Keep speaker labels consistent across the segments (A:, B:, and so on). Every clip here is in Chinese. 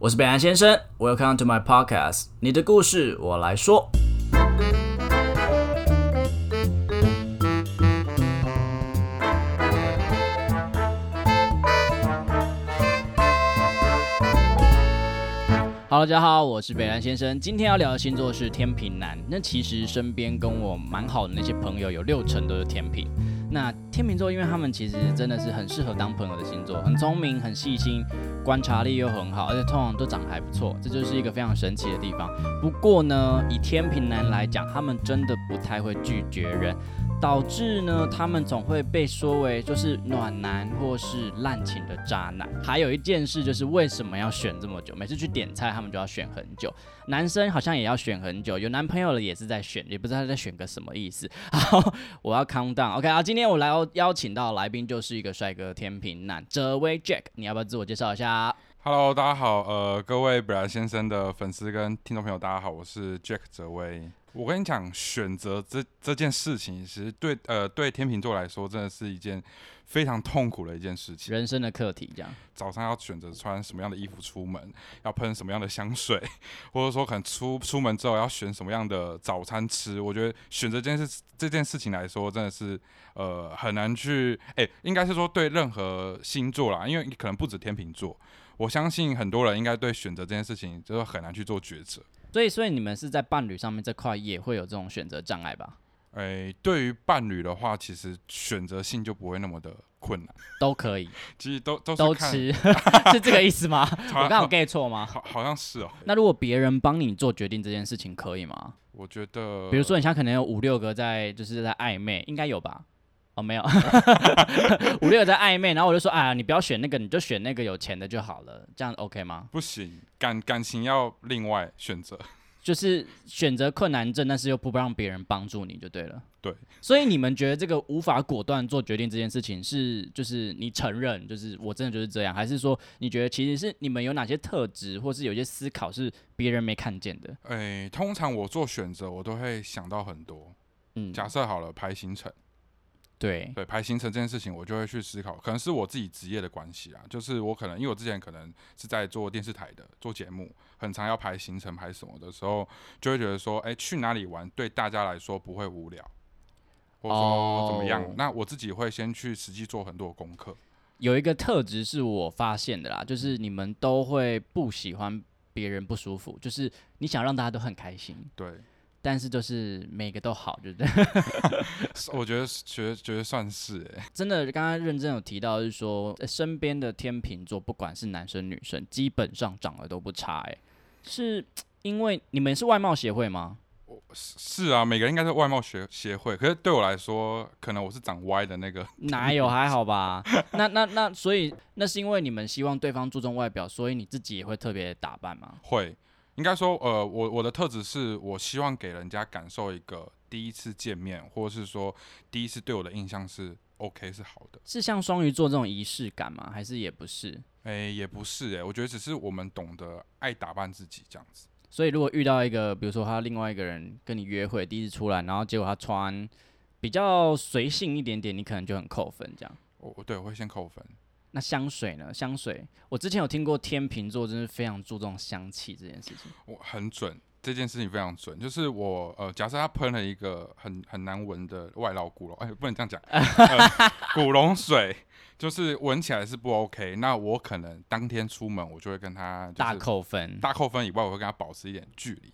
A: 我是北岸先生，Welcome to my podcast，你的故事我来说。Hello，大家好，我是北兰先生。今天要聊的星座是天平男。那其实身边跟我蛮好的那些朋友，有六成都是天平。那天秤座，因为他们其实真的是很适合当朋友的星座，很聪明、很细心，观察力又很好，而且通常都长得还不错，这就是一个非常神奇的地方。不过呢，以天平男来讲，他们真的不太会拒绝人，导致呢，他们总会被说为就是暖男或是滥情的渣男。还有一件事就是为什么要选这么久？每次去点菜，他们就要选很久。男生好像也要选很久，有男朋友了也是在选，也不知道他在选个什么意思。 好，我要 count down。OK 啊，今天我来邀请到的来宾就是一个帅哥天平男哲威 Jack，你要不要自我介绍一下？
B: Hello，大家好，呃，各位布莱先生的粉丝跟听众朋友，大家好，我是 Jack 哲威。我跟你讲，选择这这件事情，其实对呃对天秤座来说，真的是一件非常痛苦的一件事情。
A: 人生的课题这样。
B: 早上要选择穿什么样的衣服出门， 要喷什么样的香水， 或者说可能出出门之后要选什么样的早餐吃。我觉得选择这件事这件事情来说，真的是呃很难去，哎、应该是说对任何星座啦，因为你可能不止天秤座，我相信很多人应该对选择这件事情就是很难去做抉择。
A: 所以，所以你们是在伴侣上面这块也会有这种选择障碍吧？
B: 哎、对于伴侣的话，其实选择性就不会那么的困难，
A: 都可以，
B: 其实都都
A: 都
B: 是看，
A: 吃， 是这个意思吗？
B: 好
A: 我
B: 像
A: 刚好 get 错吗？
B: 好好像是哦、
A: 那如果别人帮你做决定这件事情，可以吗？
B: 我觉得，
A: 比如说，你现在可能有五六个在，就是在暧昧，应该有吧？哦，没有， 五六个在暧昧，然后我就说，啊，你不要选那个，你就选那个有钱的就好了，这样 OK 吗？
B: 不行，感感情要另外选择。
A: 就是选择困难症，但是又不让别人帮助你就对了。
B: 对，
A: 所以你们觉得这个无法果断做决定这件事情是，就是你承认，就是我真的就是这样，还是说你觉得其实是你们有哪些特质，或是有些思考是别人没看见的？
B: 哎、通常我做选择，我都会想到很多。
A: 嗯，
B: 假设好了，排行程，
A: 对，
B: 对排行程这件事情，我就会去思考，可能是我自己职业的关系啊，就是我可能因为我之前可能是在做电视台的，做节目，很常要排行程排什么的时候，就会觉得说，哎、去哪里玩对大家来说不会无聊，或者说怎么样
A: 哦
B: 那我自己会先去实际做很多功课。
A: 有一个特质是我发现的啦，就是你们都会不喜欢别人不舒服，就是你想让大家都很开心，
B: 对，
A: 但是就是每个都好，对不对？
B: 是我觉得是觉得觉得算是、哎，
A: 真的，刚刚认真有提到，就是说呃身边的天秤座，不管是男生女生，基本上长得都不差、欸，是因为你们是外貌协会吗？
B: 是啊，每个人应该是外貌学协会，可是对我来说，可能我是长歪的那个，
A: 哪有还好吧？那那那，所以那是因为你们希望对方注重外表，所以你自己也会特别打扮吗？
B: 会，应该说，呃，我我的特质是我希望给人家感受一个第一次见面，或是说第一次对我的印象是 OK 是好的。
A: 是像双鱼座这种仪式感吗？还是也不是？
B: 哎、也不是哎、我觉得只是我们懂得爱打扮自己这样子。
A: 所以如果遇到一个，比如说他另外一个人跟你约会，第一次出来，然后结果他穿比较随性一点点，你可能就很扣分这样。
B: 我我对我会先扣分，
A: 那香水呢？香水，我之前有听过天秤座真是非常注重香气这件事情。
B: 我很准，这件事情非常准。就是我呃，假设他喷了一个很很难闻的外劳古龙，哎、不能这 样讲，呃古龙水就是闻起来是不 OK。那我可能当天出门，我就会跟他、就是、
A: 大扣分，
B: 大扣分以外，我会跟他保持一点距离，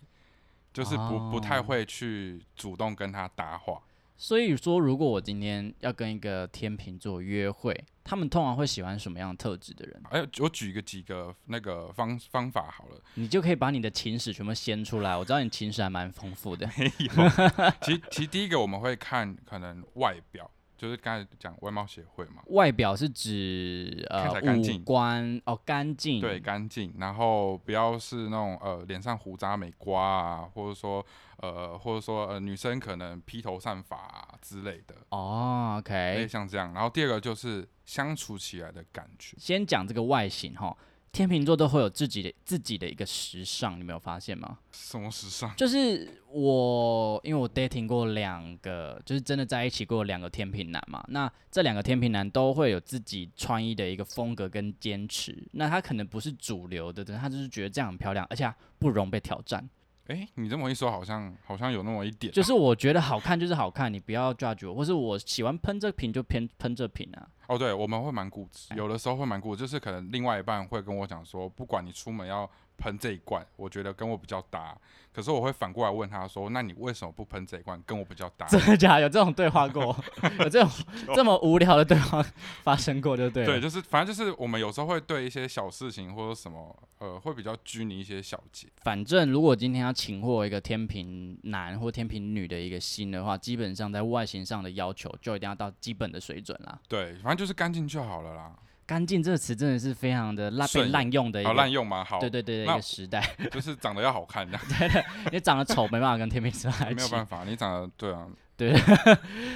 B: 就是不、不太
A: 哦
B: 会去主动跟他搭话。
A: 所以说，如果我今天要跟一个天秤座约会，他们通常会喜欢什么样特质的人？
B: 哎、我举一个几个那个方方法好了，
A: 你就可以把你的情史全部掀出来。我知道你情史还蛮丰富的。
B: 没有。其其实第一个我们会看可能外表，就是刚才讲外貌协会嘛，
A: 外表是指呃
B: 看起来干
A: 五
B: 净
A: 官哦干净，
B: 对，干净，然后不要是那种呃脸上胡渣没刮啊，或者说呃或者说呃女生可能披头散发、啊、之类的，
A: 哦
B: 类
A: ，OK，
B: 似像这样。然后第二个就是相处起来的感觉，
A: 先讲这个外形哈。天秤座都会有自己的自己的一个时尚，你没有发现吗？
B: 什么时尚？
A: 就是我，因为我 dating 过两个，就是真的在一起过两个天秤男嘛。那这两个天秤男都会有自己穿衣的一个风格跟坚持。那他可能不是主流的，但他就是觉得这样很漂亮，而且他不容被挑战。
B: 哎、你这么一说，好像好像有那么一点。
A: 就是我觉得好看就是好看，你不要 judge 我，或是我喜欢喷这瓶就偏喷这瓶啊。
B: 哦，对，我们会蛮固执，有的时候会蛮固执，就是可能另外一半会跟我讲说，不管你出门要喷这一罐，我觉得跟我比较搭。可是我会反过来问他说，那你为什么不喷这一罐，跟我比较搭？
A: 真的假的？有这种对话过？ 有这种这么无聊的对话发生过，就对了。
B: 对，就是反正就是我们有时候会对一些小事情或者什么，呃，会比较拘泥一些小节。
A: 反正如果今天要擒获一个天平男或天平女的一个心的话，基本上在外形上的要求就一定要到基本的水准啦。
B: 对，反正就是干净就好了啦。
A: 干净这个词真的是非常的滥被
B: 顺眼
A: 滥用的一
B: 好
A: 个，
B: 滥用嘛，好，
A: 对对对对
B: 那
A: 一个时代。
B: 就是长得要 好看，这样
A: 你长得丑没办法跟天平座在一
B: 没有
A: 起。
B: 办法，你长得对啊，
A: 对，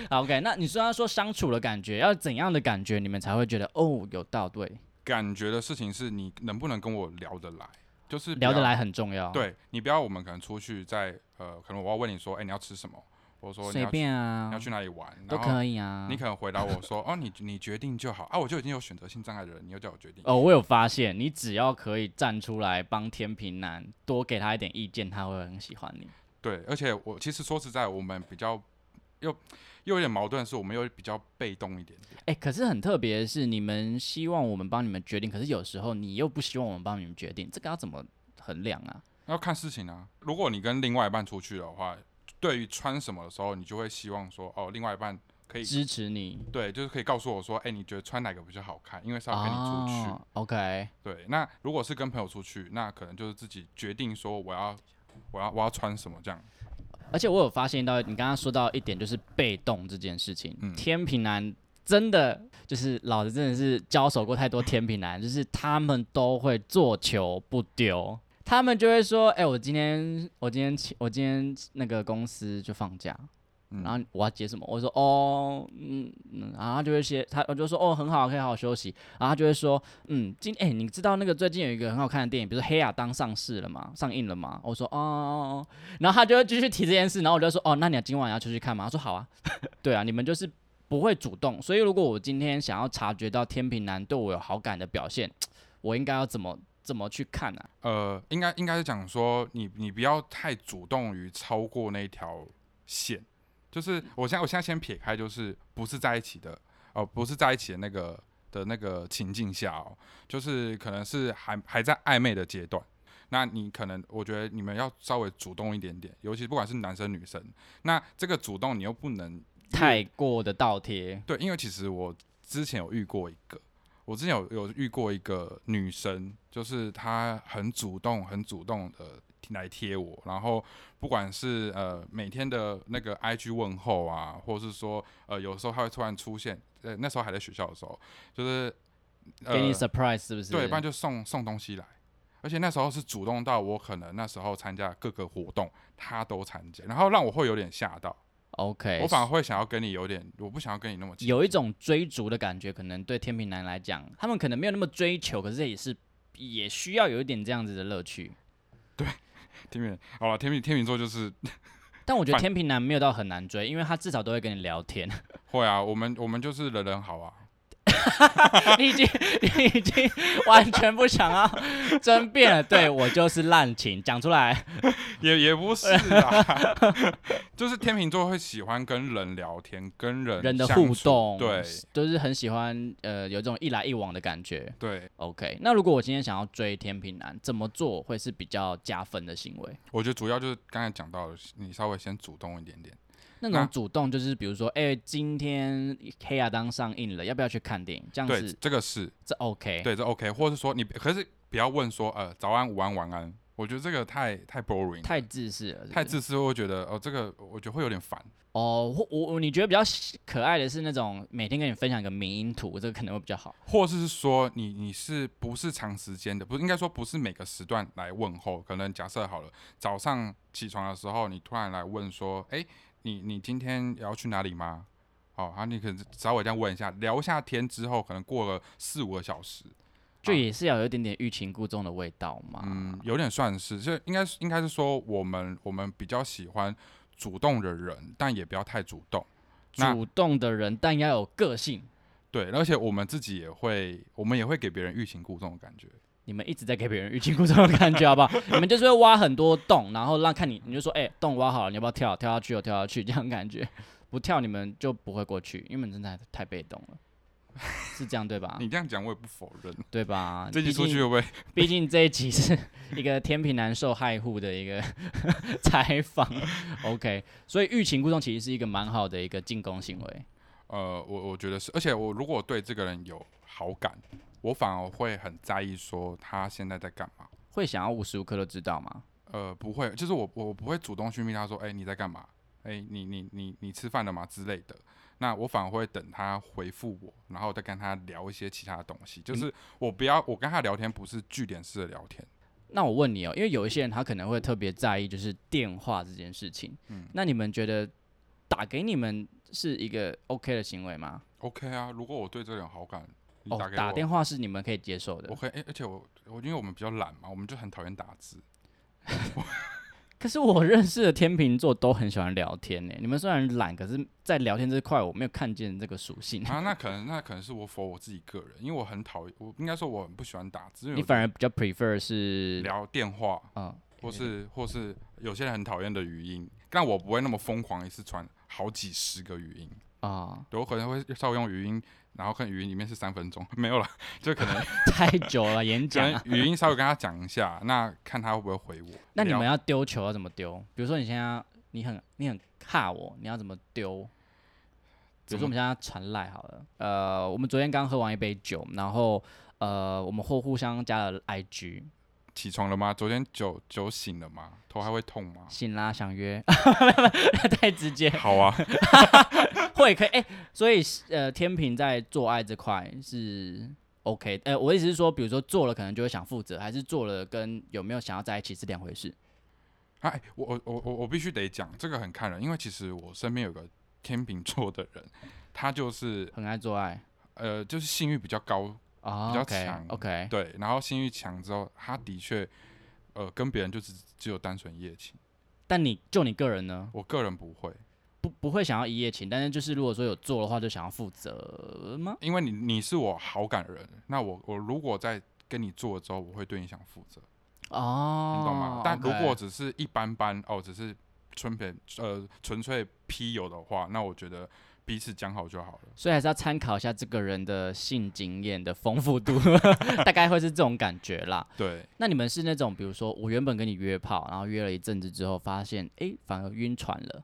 A: 好 OK。那你说要说相处的感觉，要怎样的感觉你们才会觉得哦有到对，
B: 感觉的事情是你能不能跟我聊得来，就是不
A: 聊得
B: 要
A: 来很重要。，
B: 对你不要，我们可能出去在呃，可能我要问你说，哎、你要吃什么？或者说你
A: 随
B: 要去
A: 便
B: 你
A: 啊
B: 要，去哪里玩？
A: 都
B: 然后
A: 可以啊
B: 你。可能回答我说，哦，你你决定就好啊，我就已经有选择性障碍的人，你又叫我决定。
A: 哦，我有发现，你只要可以站出来帮天平男多给他一点意见，他会很喜欢你。
B: 对，而且我其实说实在，我们比较又又有点矛盾的是，我们又比较被动一点点。
A: 哎、可是很特别的是，你们希望我们帮你们决定，可是有时候你又不希望我们帮你们决定，这个要怎么衡量啊？
B: 要看事情啊，如果你跟另外一半出去的话，对于穿什么的时候，你就会希望说，哦，另外一半可以
A: 支持你
B: 对，就是可以告诉我说，哎、你觉得穿哪个比较好看？因为是要跟你出去。
A: 啊？OK，
B: 对，那如果是跟朋友出去，那可能就是自己决定说我要我要我要穿什么这样。
A: 而且我有发现到，你刚刚说到一点，就是被动这件事情。
B: 嗯
A: 天平男真的就是老子真的是交手过太多天平男，就是他们都会做球不丢，他们就会说：“哎、我今天我今天请我今天那个公司就放假，
B: 嗯
A: 然后我要接什么？”我说：“哦，嗯嗯。”然后他就会写他，我就说：“哦，很好，可以好好休息。”然后他就会说：“嗯，今哎、你知道那个最近有一个很好看的电影，比如说《黑亚当》上市了吗？上映了吗？”我说：“哦哦。哦”然后他就会继续提这件事，然后我就说，哦，那你今晚要出去看吗？他说好啊， 对啊，你们就是不会主动，所以如果我今天想要察觉到天平男对我有好感的表现，我应该要怎么怎么去看啊？
B: 呃，应该应该是讲说你你不要太主动于超过那一条线，就是我现在我现在先撇开，就是不是在一起的哦、不是在一起的那个的那个情境下哦，就是可能是还还在暧昧的阶段。那你可能，我觉得你们要稍微主动一点点，尤其不管是男生女生。那这个主动你又不能
A: 太过的倒贴，
B: 对，因为其实我之前有遇过一个，我之前有有遇过一个女生，就是她很主动、很主动的来贴我，然后不管是呃每天的那个 IG 问候啊，或是说呃有时候她会突然出现，呃那时候还在学校的时候，就是、呃、
A: 给你 surprise 是不是？
B: 对，不然就送送东西来。而且那时候是主动到我可能那时候参加各个活动，她都参加，然后让我会有点吓到，
A: OK，
B: 我反而会想要跟你有点，我不想要跟你那么
A: 哎
B: 近
A: 有一种追逐的感觉，可能对天平男来讲，他们可能没有那么追求，可是也是也需要有一点这样子的乐趣。
B: 天秤，好了，天秤天秤座就是
A: 但我觉得
B: 反
A: 天平男没有到很难追，因为他至少都会跟你聊天。
B: 会啊，我们我们就是人人好啊，
A: 你已经你已经完全不想要争辩 了。对我就是滥情，讲出来。
B: 也也不是啊， 就是天秤座会喜欢跟人聊天，跟人
A: 人的
B: 相
A: 互
B: 处
A: 动，
B: 对，
A: 都是很喜欢呃有这种一来一往的感觉。
B: 对，
A: OK，那如果我今天想要追天平男，怎么做会是比较加分的行为？
B: 我觉得主要就是刚才讲到的，你稍微先主动一点点，
A: 那种
B: 那
A: 主动就是比如说，哎、今天黑亚当上映了，要不要去看电影？这样
B: 对
A: 子，
B: 这个是
A: 这 OK。
B: 对这 OK，或是说你可是不要问说呃早安午安晚安，我觉得这个太太 boring，了
A: 太自私了是不是
B: 太自私，我会觉得哦这个我觉得会有点烦，
A: 哦，或我我你觉得比较可爱的是那种每天跟你分享个迷因图，这个可能会比较好。
B: 或是说你你是不是长时间的，不是应该说不是每个时段来问候，可能假设好了，早上起床的时候你突然来问说，哎、你你今天要去哪里吗？哦，啊，你可能稍微这样问一下，聊一下天之后，可能过了四五个小时，
A: 就也是要有一点点欲擒故纵的味道嘛。
B: 嗯，有点算是，就应该是应该是说我们我们比较喜欢主动的人，但也不要太主动。那
A: 主动的人，但要有个性。
B: 对，而且我们自己也会，我们也会给别人欲擒故纵的感觉。
A: 你们一直在给别人欲擒故纵的感觉， 好不好？你们就是会挖很多洞，然后让看你，你就说，哎、洞挖好了，你要不要跳？跳下去哦，跳下去，这样感觉。不跳你们就不会过去，因为你们真的太被动 了，是这样对吧？
B: 你这样讲我也不否认。
A: 对吧？
B: 这集
A: 啊毕
B: 出
A: 竟
B: 去会不会？
A: 毕竟这一集是一个天平男受害户的一个 采访，OK，所以欲擒故纵其实是一个蛮好的一个进攻行为。
B: 呃，我我觉得是，而且我如果对这个人有好感，我反而会很在意说他现在在干嘛。
A: 会想要无时无刻都知道吗？
B: 呃，不会，就是我我不会主动去密他说，哎、你在干嘛？哎、你你你你吃饭了吗之类的。那我反而会等他回复我，然后再跟他聊一些其他的东西。
A: 嗯
B: 就是我不要我跟他聊天不是据点式的聊天，
A: 那我问你哦，因为有一些人他可能会特别在意就是电话这件事情，
B: 嗯
A: 那你们觉得打给你们是一个 OK 的行为吗？
B: ，OK 啊。如果我对这个人有好感，你
A: 哦
B: 打，给我，
A: 打电话是你们可以接受的
B: 我。可以。哎而且我我因为我们比较懒嘛，我们就很讨厌打字。
A: 可是我认识的天秤座都很喜欢聊天呢、你们虽然懒，可是在聊天这块我没有看见这个属性。
B: 啊，那可能那可能是我否我自己个人，因为我很讨厌，我应该说我很不喜欢打字，因为
A: 你
B: 我
A: 反而比较 prefer 是
B: 聊电话
A: 嗯，
B: 或是或是有些人很讨厌的语音，但我不会那么疯狂，一次传好几十个语音，
A: 啊、
B: 对我可能会稍微用语音，然后看语音里面是三分钟，没有了，就可 能
A: 太久了演
B: 可
A: 讲、
B: 能
A: 啊。
B: 语音稍微跟他讲一下，那看他会不会回我。
A: 那你
B: 聊
A: 们要丢球要怎么丢？比如说你现在你很你很怕我，你要怎么丢？比如说我
B: 怎么
A: 们现在传赖好了，呃，我们昨天刚喝完一杯酒，然后呃，我们互互相加了 IG，？
B: 起床了吗？昨天酒酒醒了吗？头还会痛吗
A: 醒啦想约，太直接，
B: 好啊，
A: 会可以哎、所以呃，天平在做爱这块是 OK，呃，我的意思是说，比如说做了可能就会想负责，还是做了跟有没有想要在一起是两回事。
B: 哎，我我我我我必须得讲，这个很看人，因为其实我身边有个天秤座的人，他就是
A: 很爱做爱
B: 呃，就是性欲比较高，
A: 啊、
B: 比较
A: o k
B: 强
A: OK，
B: 对，然后性欲强之后，他的确呃跟别人就只只有单纯一夜情，
A: 但你就你个人呢，
B: 我个人不会，
A: 不不会想要一夜情，但是就是如果说有做的话，就想要负责吗？
B: 因为你你是我好感人，那我我如果在跟你做了之后，我会对你想负责，
A: 哦，
B: 你懂吗？但如
A: OK
B: 果只是一般般哦，只是纯粹呃纯粹批友的话，那我觉得彼此讲好就好了。
A: 所以还是要参考一下这个人的性经验的丰富 度，大概会是这种感觉啦。
B: 对，
A: 那你们是那种，比如说我原本跟你约炮，然后约了一阵子之后，发现诶反而晕船了，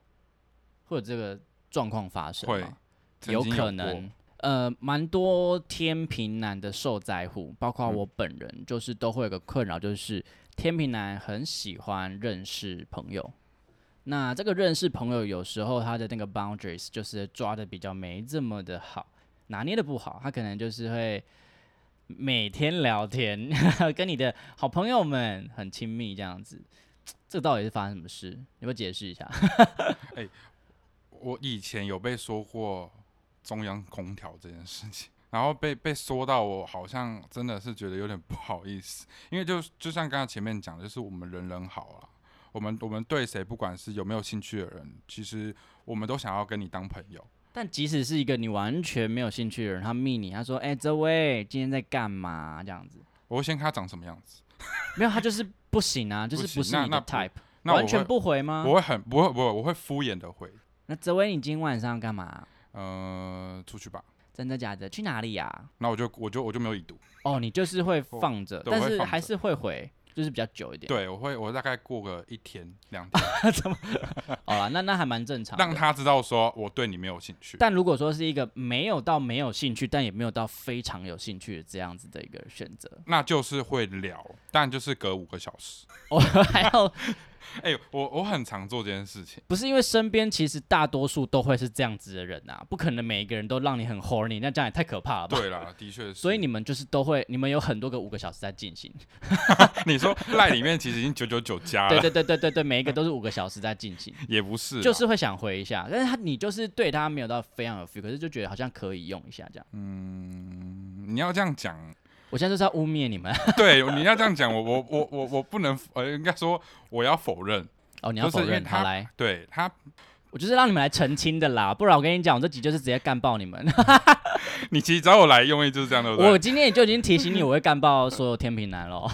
A: 会有这个状况发生
B: 会
A: 吗？
B: 曾
A: 有
B: 经
A: 可
B: 过
A: 能。呃，蛮多天平男的受灾户，包括
B: 嗯
A: 我本人，就是都会有个困扰，就是天平男很喜欢认识朋友。那这个认识朋友，有时候他的那个 boundaries 就是抓的比较没这么的好，拿捏的不好，他可能就是会每天聊天， 跟你的好朋友们很亲密这样子。这到底是发生什么事？你要不要解释一下？
B: 我以前有被说过中央空调这件事情，然后被被说到我好像真的是觉得有点不好意思，因为就就像刚才前面讲的，就是我们人人好啊，我们我们对谁不管是有没有兴趣的人，其实我们都想要跟你当朋友。
A: 但即使是一个你完全没有兴趣的人，他密你，他说：“哎、这位今天在干嘛？”这样子，
B: 我会先看他长什么样子，
A: 没有，他就是不行啊，就是是
B: 不行那
A: 你的
B: 那不
A: type，
B: 那我
A: 完全
B: 会
A: 不回吗？
B: 我会很不会不会我会敷衍的回，
A: 那这位，你今天晚上干嘛？
B: 呃，出去吧。
A: 真的假的？去哪里呀、
B: 那我就我就我就没有已读，
A: 哦，你就是会
B: 我
A: 放着，
B: 对
A: 但
B: 我会
A: 是
B: 放
A: 还
B: 着
A: 是会回，就是比较久一点。
B: 对我会我大概过个一天 两天，
A: 好啦，那那还蛮正常
B: 让
A: 的。
B: 他知道说我对你没有兴趣。
A: 但如果说是一个没有到没有兴趣，但也没有到非常有兴趣的这样子的一个选择，
B: 那就是会聊，但就是隔五个小时。
A: 我、哦 还要
B: 哎、我我很常做这件事情，
A: 不是因为身边其实大多数都会是这样子的人啊，不可能每一个人都让你很 horny，那这样也太可怕了吧？
B: 对啦，的确是。
A: 所以你们就是都会，你们有很多个五个小时在进行，
B: 你说赖里面其实已经九九九加
A: 对
B: 了，
A: 对对对对对，每一个都是五个小时在进行，
B: 也不啊 是啦，啊
A: 就是会想回一下，但是他你就是对他
B: 嗯
A: 没有到非常有 feel，可是就觉得好像可以用一下这样。
B: 嗯你要这样讲，
A: 我现在就是要污蔑你们
B: 对，你要这样讲，我我我我我不能，呃，应该说我要否认，
A: 哦，你要
B: 就是
A: 否
B: 因为
A: 认，好
B: 他
A: 来，
B: 对他
A: 我就是让你们来澄清的啦，不然我跟你讲，我这集就是直接干爆你们。
B: 你其实找我来用意就是这样的。对不对
A: 我今天也就已经提醒你，我会干爆所有天平男了。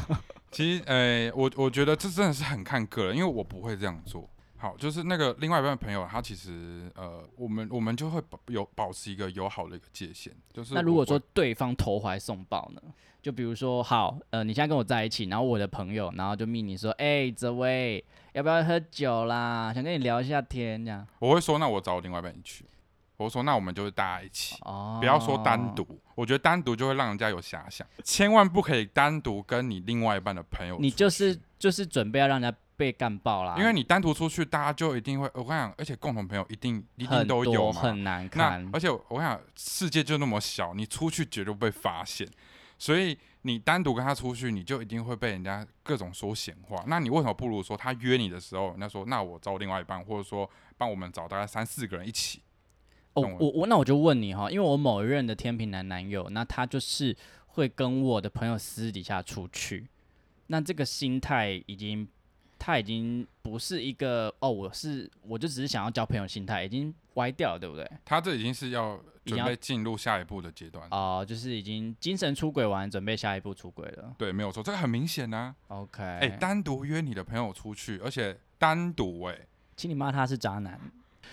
B: 其实，呃，我我觉得这真的是很看个人，因为我不会这样做。好，就是那个另外一半的朋友，他其实，呃，我们我们就会保有保持一个友好的一个界限，就是
A: 那如果
B: 我
A: 说对方投怀送抱呢？就比如说，好，呃，你现在跟我在一起，然后我的朋友，然后就密你说，哎、泽威，要不要喝酒啦？想跟你聊一下天，这样。
B: 我我会说，那我找另外一半一起去，我会说那我们就是大家一起，
A: 哦，
B: 不要说单独，，我觉得单独就会让人家有遐想，千万不可以单独跟你另外一半的朋友，
A: 你就是。就是准备要让人家被干爆啦，
B: 因为你单独出去，大家就一定会，我跟你讲，而且共同朋友一定一定
A: 很
B: 都
A: 多
B: 有嘛，
A: 很难
B: 那
A: 看
B: 而。且我我想，世界就那么小，你出去绝对不被发现，所以你单独跟他出去，你就一定会被人家各种说闲话。那你为什么不如说他约你的时候，人家说那我找另外一半，或者说帮我们找大概三四个人一起？
A: 哦
B: 懂，了
A: 我我那我就问你哈，因为我某一任的天平男男友，那他就是会跟我的朋友私底下出去，那这个心态已经，他已经不是一个哦，我是我就只是想要交朋友心态，已经歪掉了，对不对？
B: 他这已经是
A: 已
B: 要
A: 经
B: 准
A: 要
B: 备进入下一步的阶段。
A: 哦、就是已经精神出轨完，准备下一步出轨了。
B: 对，没有错，这个很明显啊。
A: OK，
B: 哎、单独约你的朋友出去，而且单独、哎，
A: 请你骂他是渣男。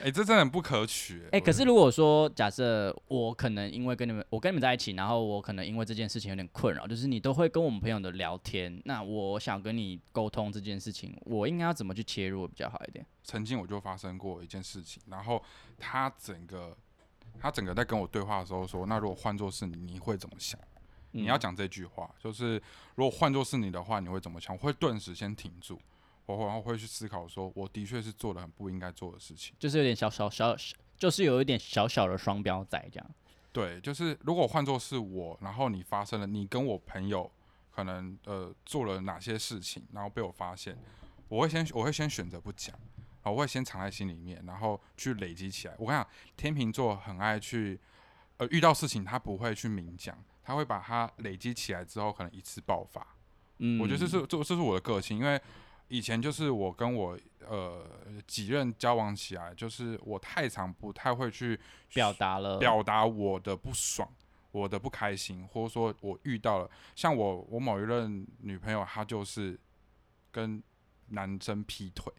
B: 哎，这真的很不可取、
A: 哎、可
B: 我
A: 是如果说假设我可能因为跟你们，我跟你们在一起，然后我可能因为这件事情有点困扰，就是你都会跟我们朋友的聊天，那我想跟你沟通这件事情，我应该要怎么去切入比较好一点？
B: 曾经我就发生过一件事情，然后他整个他整个在跟我对话的时候说，那如果换作是你，你会怎么想？你要
A: 嗯
B: 讲这句话，就是如果换作是你的话，你会怎么想？我会顿时先停住，我会然后会去思考说，我的确是做了很不应该做的事情。
A: 就是有点小小小，就是有一点小小的双标仔这样。
B: 对，就是如果换作是我，然后你发生了，你跟我朋友可能呃做了哪些事情，然后被我发现，我会先我会先选择不讲，啊，我会先藏在心里面，然后去累积起来。我跟你讲，天秤座很爱去，呃，遇到事情他不会去明讲，他会把它累积起来之后，可能一次爆发。
A: 嗯，
B: 我觉得这是这这是我的个性，因为以前就是我跟我呃几任交往起来，就是我太常不太会去
A: 表达了，
B: 表达我的不爽、我的不开心，或者说我遇到了，像我我某一任女朋友，她就是跟男生劈腿，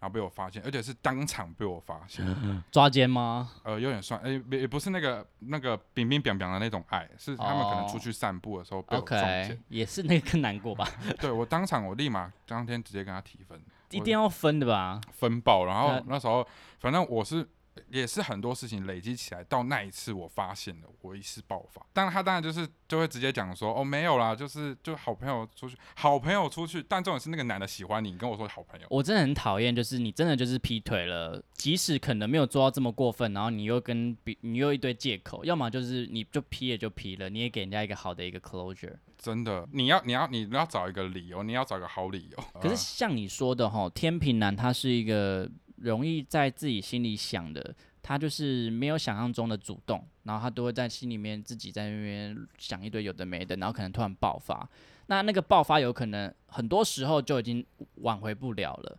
B: 然后被我发现，而且是当场被我 发现，
A: 抓奸吗？
B: 呃，有点算，哎、也也不是那个那个冰冰凉凉的那种爱，是他们可能出
A: 哦
B: 去散步的时候被我撞见
A: OK，也是那个更难过吧，
B: 对我当场我立马当天直接跟他提分
A: 一定要分的吧？
B: 分爆，然后
A: 那
B: 那时候反正我是。也是很多事情累积起来，到那一次我发现了，我一次爆发。但他当然就是就会直接讲说，哦没有啦，就是就好朋友出去，好朋友出去。但重点是那个男的喜欢你，你跟我说好朋友，
A: 我真的很讨厌，就是你真的就是劈腿了，即使可能没有做到这么过分，然后你又跟比你又一堆借口，要么就是你就劈也就劈了，你也给人家一个好的一个 closure。
B: 真的，你要你要你要找一个理由，你要找一个好理由。
A: 可是
B: 呃
A: 像你说的哈，天平男他是一个容易在自己心里想的，他就是没有想象中的主动，然后他都会在心里面自己在那边想一堆有的没的，然后可能突然爆发。那那个爆发有可能很多时候就已经挽回不了了。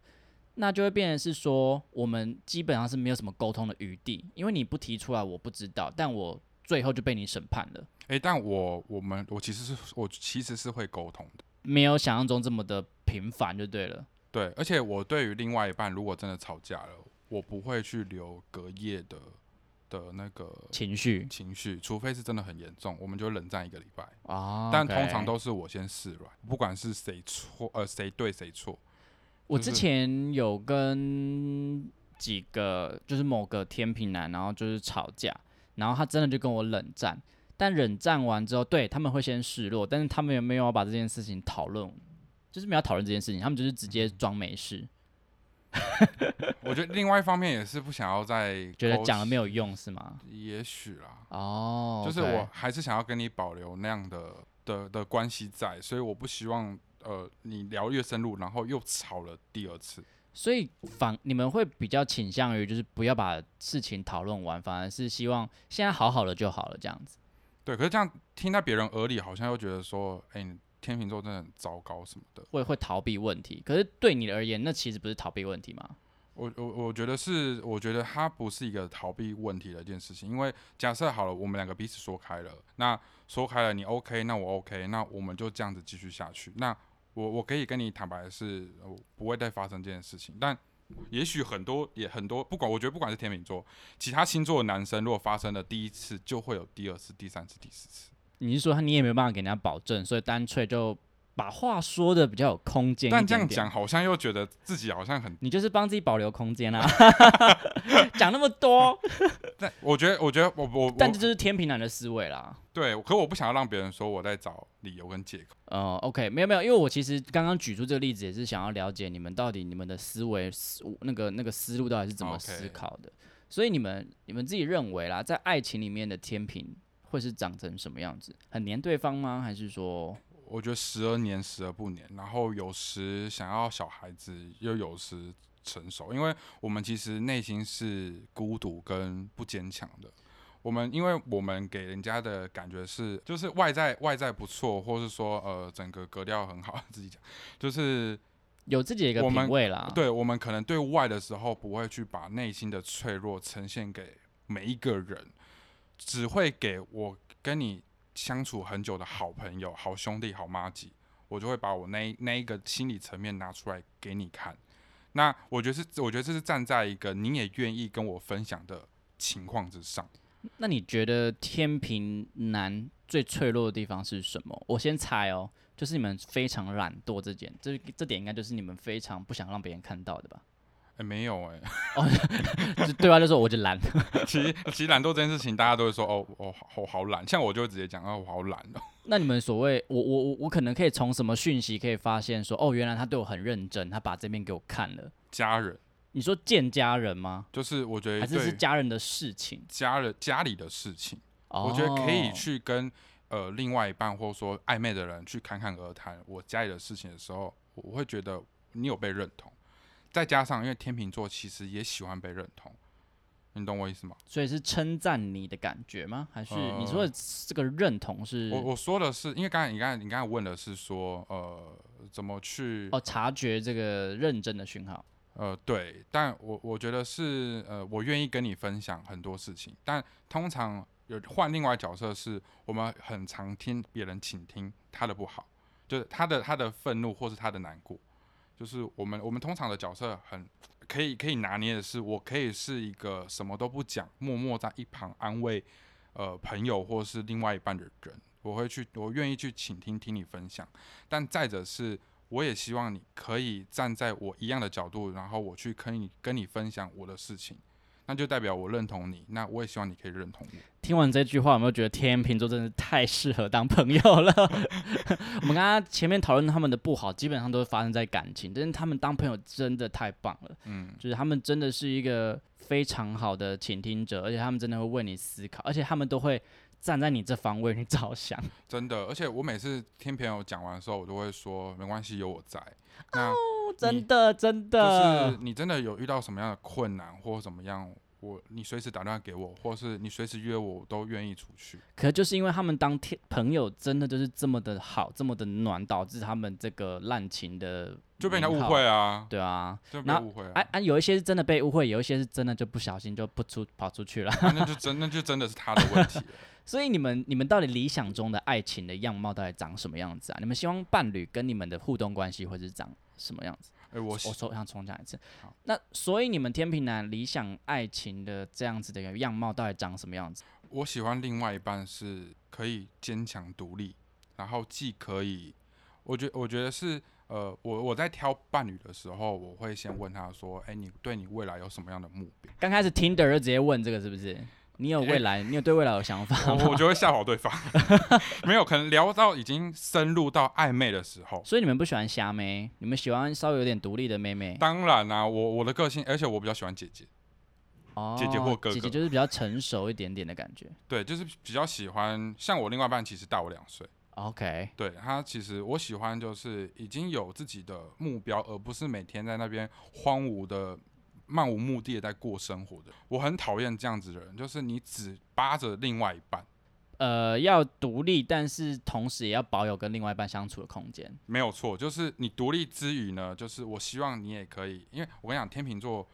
A: 那就会变成是说，我们基本上是没有什么沟通的余地，因为你不提出来，我不知道，但我最后就被你审判了，
B: 呃诶，但我我们我其实是我其实是会沟通的。
A: 没有想象中这么的频繁就对了。
B: 对，而且我对于另外一半，如果真的吵架了，我不会去留隔夜的的那个
A: 情绪
B: 情绪，除非是真的很严重，我们就冷战一个礼拜。
A: 啊，
B: 但通常
A: OK
B: 都是我先示软，不管是谁错，呃，谁对谁错，
A: 我
B: 就
A: 之
B: 是
A: 前有跟几个就是某个天平男，然后就是吵架，然后他真的就跟我冷战，但冷战完之后，对他们会先示弱，但是他们也没有要把这件事情讨论，就是没有讨论这件事情，他们就是直接
B: 嗯
A: 装没事，
B: 我觉得另外一方面也是不想要再
A: 觉得
B: 勾
A: 讲了没有
B: 起，
A: 用是吗？
B: 也许啦，
A: 哦，
B: 就是我还是想要跟你保留那样的的的关系在，所以我不希望呃你聊越深入，然后又吵了第二次。
A: 所以反你们会比较倾向于就是不要把事情讨论完，反而是希望现在好好的就好了这样子。
B: 对，可是这样听在别人耳里，好像又觉得说，哎、你天秤座真的很糟糕什么的。
A: 会会逃避问题。可是对你而言，那其实不是逃避问题吗？
B: 我我我觉得是，我觉得它不是一个逃避问题的一件事情，因为假设好了，我们两个彼此说开了，那说开了，你 OK，那我 OK，那我们就这样子继续下去。那我我可以跟你坦白的是，我不会再发生这件事情。但也许很多也很多，不管我觉得不管是天秤座，其他星座的男生，如果发生了第一次，就会有第二次、第三次、第四次。
A: 你是说你也没办法给人家保证，所以单粹就把话说的比较有空间一点点。
B: 但这样讲，好像又觉得自己好像很
A: 你就是帮自己保留空间 啊，讲那么多，
B: 但我觉得，我觉得我我
A: 但
B: 我
A: 这就是天平男的思维啦。
B: 对，可我不想要让别人说我在找理由跟借口。
A: 呃，OK，没有没有，因为我其实刚刚举出这个例子，也是想要了解你们到底你们的思维思那个那个思路到底是怎么
B: OK
A: 思考的。所以你们你们自己认为啦，在爱情里面的天平会是长成什么样子？很黏对方吗？还是说
B: 我觉得时而黏，时而不黏，然后有时想要小孩子，又有时成熟，因为我们其实内心是孤独跟不坚强的。我们因为我们给人家的感觉是，就是外在外在不错，或是说呃整个格调很好， 自己讲，就是
A: 有自己的一个
B: 我们
A: 品味啦？
B: 对我们可能对外的时候不会去把内心的脆弱呈现给每一个人，只会给我跟你相处很久的好朋友、好兄弟、好妈吉，我就会把我那那一个心理层面拿出来给你看。那我觉得是，我觉得这是站在一个你也愿意跟我分享的情况之上。
A: 那你觉得天平男最脆弱的地方是什么？我先猜哦，就是你们非常懒惰这点，这这点应该就是你们非常不想让别人看到的吧？
B: 哎、没有哎、
A: 就对方啊就说我就懒，
B: 其实其实懒惰这件事情，大家都会说哦，我、好我好懒，像我就会直接讲哦，我好懒哦。
A: 那你们所谓我我我我可能可以从什么讯息可以发现说，哦，原来他对我很认真，他把这边给我看了。
B: 家人
A: 你说见家人吗？
B: 就是我觉
A: 还
B: 得
A: 是是
B: 对
A: 家人的事情？
B: 家人家里的事情。我觉得可以
A: 哦。
B: 去跟呃另外一半或者说暧昧的人去侃侃而谈我家里的事情的时候，我我会觉得你有被认同。再加上因为天秤座其实也喜欢被认同，你懂我意思吗？
A: 所以是称赞你的感觉吗？还是
B: 呃
A: 你说的这个认同是？
B: 我我说的是，因为刚才你刚才你刚才问的是说呃怎么去
A: 哦，察觉这个认真的讯号。
B: 呃，对，但我我觉得是呃，我愿意跟你分享很多事情，但通常有换另外角色是，我们很常听别人倾听他的不好，就是他的他的愤怒或是他的难过，就是我们我们通常的角色很可以可以拿捏的是，我可以是一个什么都不讲，默默在一旁安慰呃朋友或是另外一半的人，我会去我愿意去倾听听你分享，但再者是。我也希望你可以站在我一样的角度，然后我去跟你跟你分享我的事情，那就代表我认同你，那我也希望你可以认同我。
A: 听完这句话，有没有觉得天秤座真的太适合当朋友了？ 我们刚刚前面讨论他们的不好，基本上都是发生在感情，但是他们当朋友真的太棒了。
B: 嗯，
A: 就是他们真的是一个非常好的倾听者，而且他们真的会为你思考，而且他们都会站在你这方为你着 想。
B: 真的，而且我每次听朋友讲完的时候，我都会说没关系，有我在。那
A: 哦，真的，真的，
B: 就是你真的有遇到什么样的困难或怎么样，我你随时打电话给我，或是你随时约我，我都愿意出去。
A: 可就是因为他们当天朋友真的就是这么的好，这么的暖，导致他们这个滥情的
B: 就被人家
A: 名
B: 误
A: 号
B: 会。啊，
A: 对啊，
B: 就被
A: 然后
B: 误会
A: 啊
B: 啊，
A: 啊，有一些是真的被误会，有一些是真的就不小心就不出跑出去了。
B: 啊那就真那就真的是他的问题了。
A: 所以你们你们到底理想中的爱情的样貌到底长什么样子啊？你们希望伴侣跟你们的互动关系会是长什么样子？
B: 哎、我
A: 我重想重讲一次
B: 好。
A: 那所以你们天平男理想爱情的这样子的一个样貌到底长什么样子？
B: 我喜欢另外一半是可以坚强独立，然后既可以，我觉我觉得是呃，我我在挑伴侣的时候，我会先问他说，哎、你对你未来有什么样的目标？
A: 刚开始 Tinder 就直接问这个是不是？你有未来，你有对未来有想法
B: 哎 我
A: 吗？
B: 我就会吓跑对方，没有，可能聊到已经深入到暧昧的时候。
A: 所以你们不喜欢瞎妹，你们喜欢稍微有点独立的妹妹。
B: 当然啦、我我的个性，而且我比较喜欢姐姐，
A: 哦，
B: 姐姐或哥哥
A: 姐姐就是比较成熟一点点的感觉。
B: 对，就是比较喜欢。像我另外一半其实大我两岁，
A: OK，
B: 对他其实我喜欢就是已经有自己的目标，而不是每天在那边荒芜的、漫无目的的在过生活的。我很讨厌这样子的人，就是你只扒着另外一半，
A: 呃要独立，但是同时也要保有跟另外一半相处的空间。
B: 没有错，就是你独立之余呢，就是我希望你也可以，因为我跟你讲，天秤座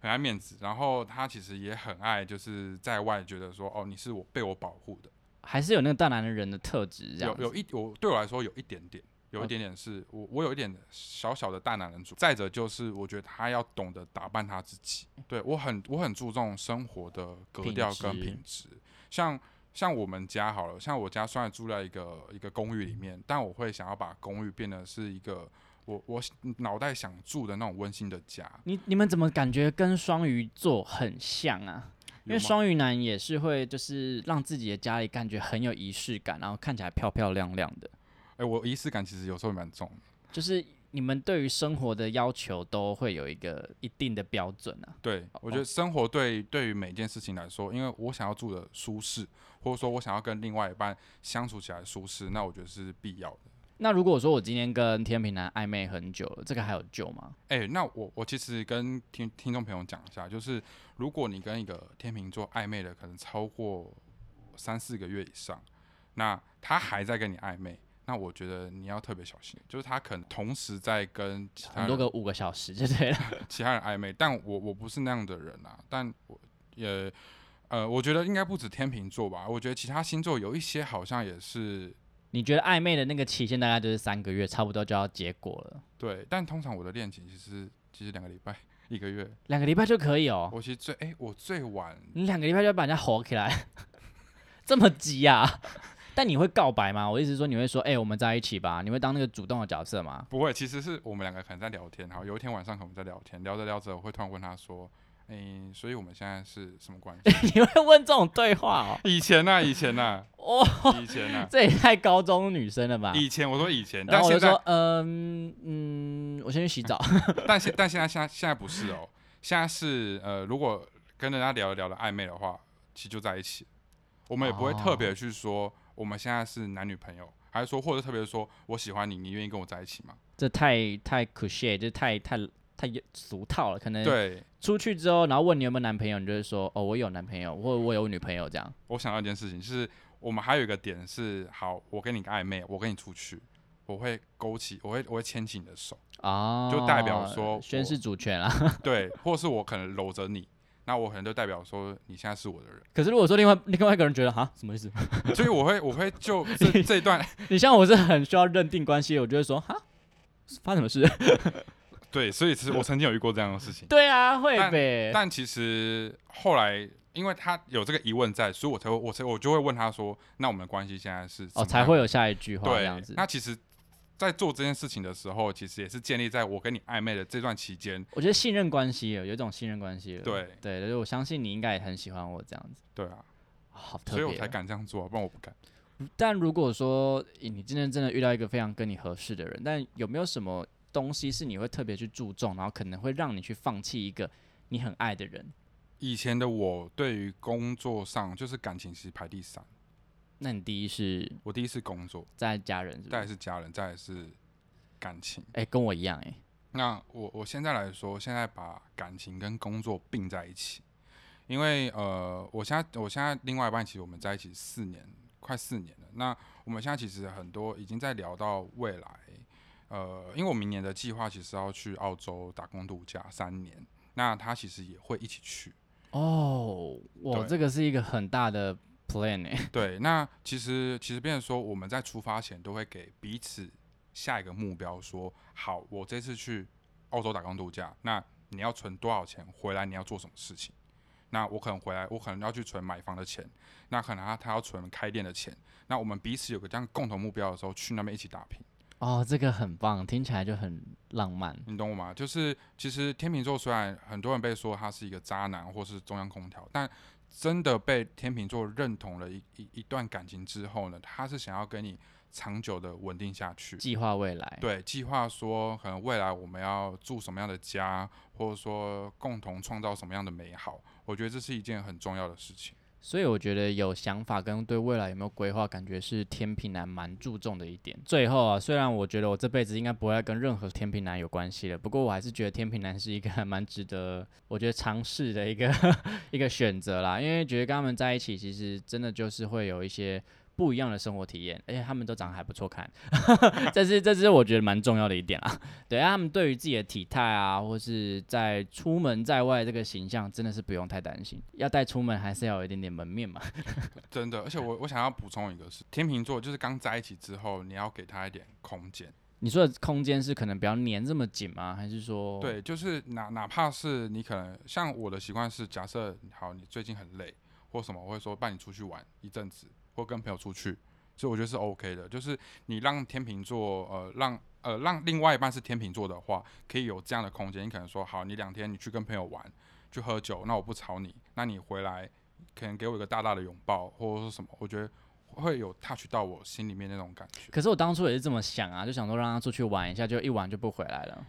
B: 很爱面子，然后他其实也很爱，就是在外觉得说，哦，你是我被我保护的，
A: 还是有那个大男人的特质，这样
B: 有
A: 子嗯
B: 有一我对我来说有一点点，有一点点是我我有一点小小的大男人主义。再者就是我觉得他要懂得打扮他自己，对我很我很注重生活的格调跟
A: 嗯品质
B: 品质，像。像我们家好了，像我家虽然住在一个一个公
A: 嗯
B: 寓里面，但我会想要把公寓变得是一个我我脑袋想住的那种温馨的家。
A: 你你们怎么感觉跟双鱼座很像啊？因为
B: 有吗
A: 双鱼男也是会就是让自己的家里感觉很有仪式感，然后看起来漂漂亮亮的。
B: 哎、我仪式感其实有时候也蛮重的。
A: 就是你们对于生活的要求都会有一个一定的标准啊。
B: 对，我
A: 哦
B: 觉得生活对对于每件事情来说，因为我想要住的舒适，或者说我想要跟另外一半相处起来舒适，那我觉得是必要的。
A: 那如果说我今天跟天平男暧昧很久了，这个还有救吗？
B: 哎、那我我其实跟听听众朋友讲一下，就是如果你跟一个天秤座暧昧了，可能超过三四个月以上，那他还在跟你暧昧，那我觉得你要特别小心，就是他可能同时在跟其他
A: 很多
B: 人
A: 个五个小时就对了。
B: 其他人暧昧，但我我不是那样的人啊，但我也呃，我觉得应该不止天秤座吧，我觉得其他星座有一些好像也是
A: 你觉得暧昧的那个期限大概就是三个月，差不多就要结果了，
B: 对，但通常我的恋情其实其实两个礼拜一个月，
A: 两个礼拜就可以哦。
B: 我其实最哎、我最晚
A: 你两个礼拜就要把人家吼起来， 这么急呀、啊？ 但你会告白吗？我意思是说你会说，哎、我们在一起吧？你会当那个主动的角色吗？
B: 不会，其实是我们两个可能在聊天，然后有一天晚上可能在聊天，聊着聊着我会突然问他说，哎、所以我们现在是什么关系？
A: 你会问这种对话
B: 以前呐、以前呐、
A: 哦？哦，
B: 以前 呐、
A: 这也太高中女生了吧？
B: 以前我说以前，
A: 然
B: 但
A: 后我就
B: 现在
A: 说，嗯嗯，我先去洗澡。
B: 但现但现在现在现在不是哦，现在是呃，如果跟人家聊一聊的暧昧的话，其实就在一起，我们也不会特别去说我们现在是男女朋友，还是说或者特别说我喜欢你，你愿意跟我在一起吗？
A: 这太太 c l i c h é 就是太太太俗套了。可能
B: 对，
A: 出去之后，然后问你有没有男朋友，你就会说哦，我有男朋友，或我有女朋友这样。
B: 我想到一件事情，就是我们还有一个点是，好，我跟你个暧昧，我跟你出去，我会勾起，我会我会牵起你的手，
A: 哦，
B: 就代表说
A: 宣
B: 我
A: 誓主权啊。
B: 对，或是我可能搂着你。那我可能就代表说你现在是我的人，
A: 可是如果说另外另外一个人觉得哈什么意思，
B: 所以我会我会就这这一段
A: 你像我是很需要认定关系的，我就会说哈发生什么事？
B: 对，所以其实我曾经有遇过这样的事情，
A: 对啊，会呗。
B: 但其实后来，因为他有这个疑问在，所以我才会我才我就会问他说：“那我们的关系现在是
A: 哦，
B: 怎么
A: 才
B: 样
A: 会有下一句话这样
B: 对
A: 子。。
B: 那其实，在做这件事情的时候，其实也是建立在我跟你暧昧的这段期间。
A: 我觉得信任关系有有一种信任关系了。
B: 对
A: 对，就是我相信你应该也很喜欢我这样子，
B: 对啊，
A: 好特
B: 所以
A: 别哦。
B: 我才敢这样做，不然我不敢。
A: 但如果说诶你今天真的遇到一个非常跟你合适的人，但有没有什么东西是你会特别去注重，然后可能会让你去放弃一个你很爱的人？
B: 以前的我对于工作上就是感情其实排第三，
A: 那你第一是
B: 我第一是工作，
A: 在家人是不
B: 再来
A: 是？
B: 是家人，再来是感情。
A: 哎、跟我一样哎、
B: 那我我现在来说，现在把感情跟工作并在一起，因为呃，我现在我现在另外一半其实我们在一起四年，快四年了。那我们现在其实很多已经在聊到未来，呃，因为我明年的计划其实要去澳洲打工度假三年，那他其实也会一起去。
A: 哦，我
B: 对
A: 这个是一个很大的 plan 哎、
B: 对，那其实其实变成说，我们在出发前都会给彼此下一个目标说好，我这次去澳洲打工度假，那你要存多少钱回来？你要做什么事情？那我可能回来，我可能要去存买房的钱，那可能他他要存开店的钱，那我们彼此有个这样共同目标的时候，去那边一起打拼，
A: 哦，这个很棒，听起来就很浪漫。
B: 你懂我吗？就是其实天秤座虽然很多人被说他是一个渣男或是中央空调，但真的被天秤座认同了一一一段感情之后呢，他是想要跟你长久的稳定下去。
A: 计划未来，
B: 对，计划说可能未来我们要住什么样的家，或者说共同创造什么样的美好，我觉得这是一件很重要的事情。
A: 所以我觉得有想法跟对未来有没有规划，感觉是天平男蛮注重的一点。最后啊，虽然我觉得我这辈子应该不会再跟任何天平男有关系了，不过我还是觉得天平男是一个 还蛮值得我觉得尝试的一个 一个选择啦，因为觉得跟他们在一起，其实真的就是会有一些。不一样的生活体验，而且他们都长得还不错看， 这是这是我觉得蛮重要的一点啦。对，啊他们对于自己的体态啊，或是在出门在外这个形象，真的是不用太担心。要带出门还是要有一点点门面嘛。
B: 真的，而且我我想要补充一个是，天秤座就是刚在一起之后，你要给他一点空间。
A: 你说的空间是可能不要粘这么紧吗？还是说，
B: 对，就是哪哪怕是你可能像我的习惯是，假设好你最近很累或什么，我会说伴你出去玩一阵子，或跟朋友出去，所以我觉得是 OK 的。就是你让天秤座呃让呃让另外一半是天秤座的话，可以有这样的空间。你可能说好，你两天你去跟朋友玩，去喝酒，那我不吵你，那你回来可能给我一个大大的拥抱或者是什么，我觉得会有 touch 到我心里面那种感觉。
A: 可是我当初也是这么想啊，就想说让他出去玩一下，就一玩就不回来了，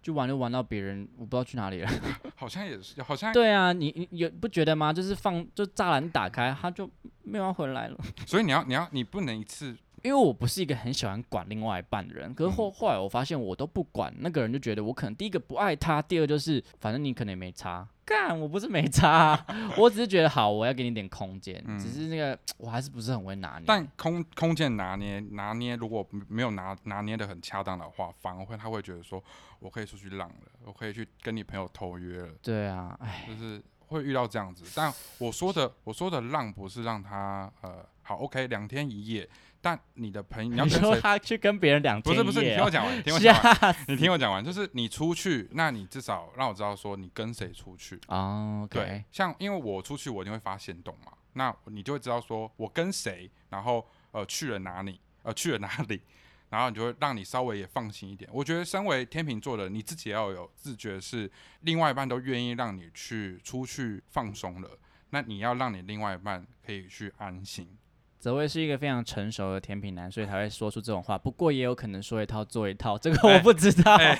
A: 就玩就玩到别人我不知道去哪里了。
B: 好像也是，好像
A: 对啊，你你有不觉得吗？就是放就栅栏打开，他就没有要回来了。
B: 所以你要你要你不能一次
A: 因为我不是一个很喜欢管另外一半的人，可是后
B: 嗯
A: 后来我发现我都不管那个人，就觉得我可能第一个不爱他，第二就是反正你可能也没差。干，我不是没差啊、 我只是觉得好，我要给你点空间，
B: 嗯
A: 只是那个我还是不是很会拿捏。
B: 但空空间拿捏拿捏，如果没有拿拿捏的很恰当的话，反而会他会觉得说，我可以出去浪了，我可以去跟你朋友偷约了，
A: 对啊，哎，
B: 就是会遇到这样子。但我说的我说的浪不是让他呃好 OK 两天一夜，但你的朋友你要
A: 你
B: 跟
A: 说
B: 谁？
A: 他去跟别人两
B: 不
A: 天
B: 是不是，
A: 一
B: 你
A: 夜
B: 听
A: 哦
B: 我讲完，你听我
A: 是啊
B: 讲完，你听我讲完，就是你出去，那你至少让我知道说你跟谁出去。
A: 哦
B: 对
A: ，OK，，
B: 像因为我出去，我一定会发现动嘛，那你就会知道说我跟谁，然后呃去了哪里，呃去了哪里，然后你就会让你稍微也放心一点。我觉得身为天秤座的，你自己要有自觉是，另外一半都愿意让你去出去放松了，那你要让你另外一半可以去安心。
A: 泽威是一个非常成熟的甜品男，所以才会说出这种话。不过也有可能说一套做一套，这个我
B: 哎
A: 不知道，
B: 哎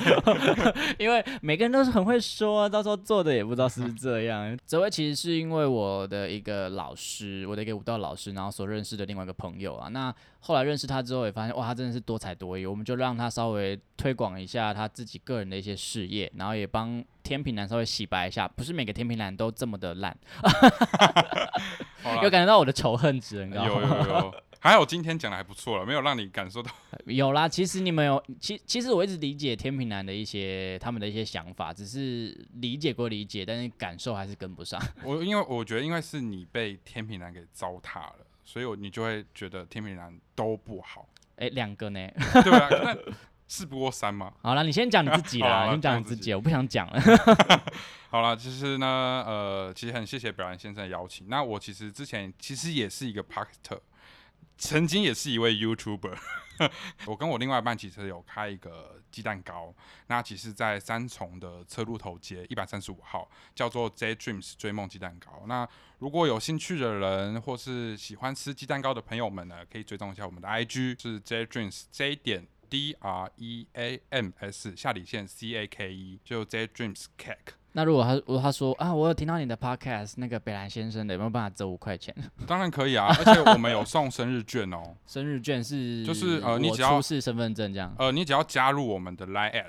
A: 因为每个人都是很会说啊，到时候做的也不知道是不是这样。 泽威其实是因为我的一个老师，我的一个舞蹈老师，然后所认识的另外一个朋友啊。那后来认识他之后，也发现哇，他真的是多才多艺。我们就让他稍微推广一下他自己个人的一些事业，然后也帮天平男稍微洗白一下。不是每个天平男都这么的烂，
B: 好啦
A: 有感觉到我的仇恨值很
B: 有
A: 高。
B: 有有有，还好今天讲的还不错了，没有让你感受到。
A: 有啦，其实你们有，其其实我一直理解天平男的一些他们的一些想法，只是理解归理解，但是感受还是跟不上。
B: 我因为我觉得，因为是你被天秤男给糟蹋了，所以我你就会觉得天秤男都不好。
A: 哎、两个呢？
B: 对啊，那事不过三嘛。
A: 好啦，你先讲你自己
B: 好啦
A: 啦，
B: 好啦
A: 你讲你
B: 讲我自
A: 自
B: 己
A: 己，我不想讲了。
B: 好啦，其实呢，呃，其实很谢谢表兰先生的邀请。那我其实之前其实也是一个 p a s t e r 曾经也是一位 YouTuber。我跟我另外一半其实有开一个鸡蛋糕，那其实在三重的车路头街一百三十五号，叫做 J Dreams 追梦鸡蛋糕。那如果有兴趣的人，或是喜欢吃鸡蛋糕的朋友们呢，可以追踪一下我们的 IG 是 J Dreams J 点 D R E A M S 下底线 C A K E，就 J Dreams Cake。
A: 那如果他如果他说啊，我有听到你的 podcast，那个北兰先生的有没有办法折五块钱？
B: 当然可以啊，而且我们有送生日券哦。
A: 生日券是
B: 就是呃
A: 我
B: 你只要
A: 出示身份证这样，
B: 呃，你只要加入我们的 Line at，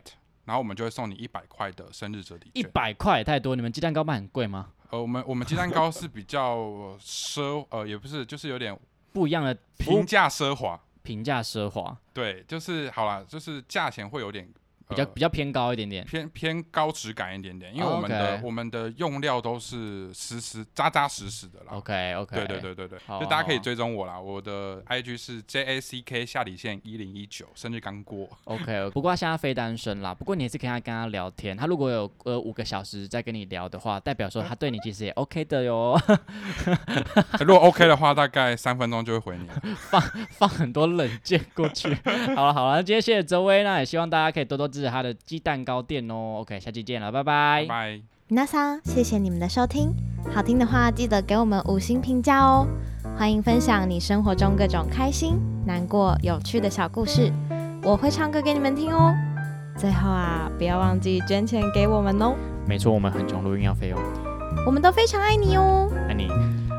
B: 然后我们就会送你一百块的生日折抵
A: 一
B: 券。
A: 百块也太多，你们鸡蛋糕卖很贵吗？
B: 呃，我们我们鸡蛋糕是比较奢，呃，也不是，就是有点
A: 不一样的服务
B: 平价奢华。
A: 评价奢华，
B: 对，就是好啦，就是价钱会有点、呃、
A: 比较、比较偏高一点点。
B: 偏偏高质感一点点，因为我们的、
A: 哦 OK
B: 我们的用料都是实实扎扎实实的啦。
A: OK OK，
B: 对对对对对，
A: 好啊
B: 就大家可以
A: 好啊
B: 追踪我啦，我的 IG 是 JACK 下底线一零一九，生日刚过。
A: OK，不过他现在非单身啦。不过你也是跟他跟他聊天，他如果有呃五个小时在跟你聊的话，代表说他对你其实也 OK 的哟，
B: 如果 OK 的话，大概三分钟就会回你了。
A: 放很多冷箭过 去。好了好了，那今天谢谢周薇，那也希望大家可以多多支持他的鸡蛋糕店哦。OK，下期见了，拜
B: 拜拜。
C: 皆さん，谢谢你们的收听。好听的话，记得给我们五星评价哦。欢迎分享你生活中各种开心、难过、有趣的小故事，我会唱歌给你们听哦。最后啊，不要忘记捐钱给我们哦，
A: 没错，我们很穷，录音要费用，
C: 我们都非常爱你哦。
A: 爱你。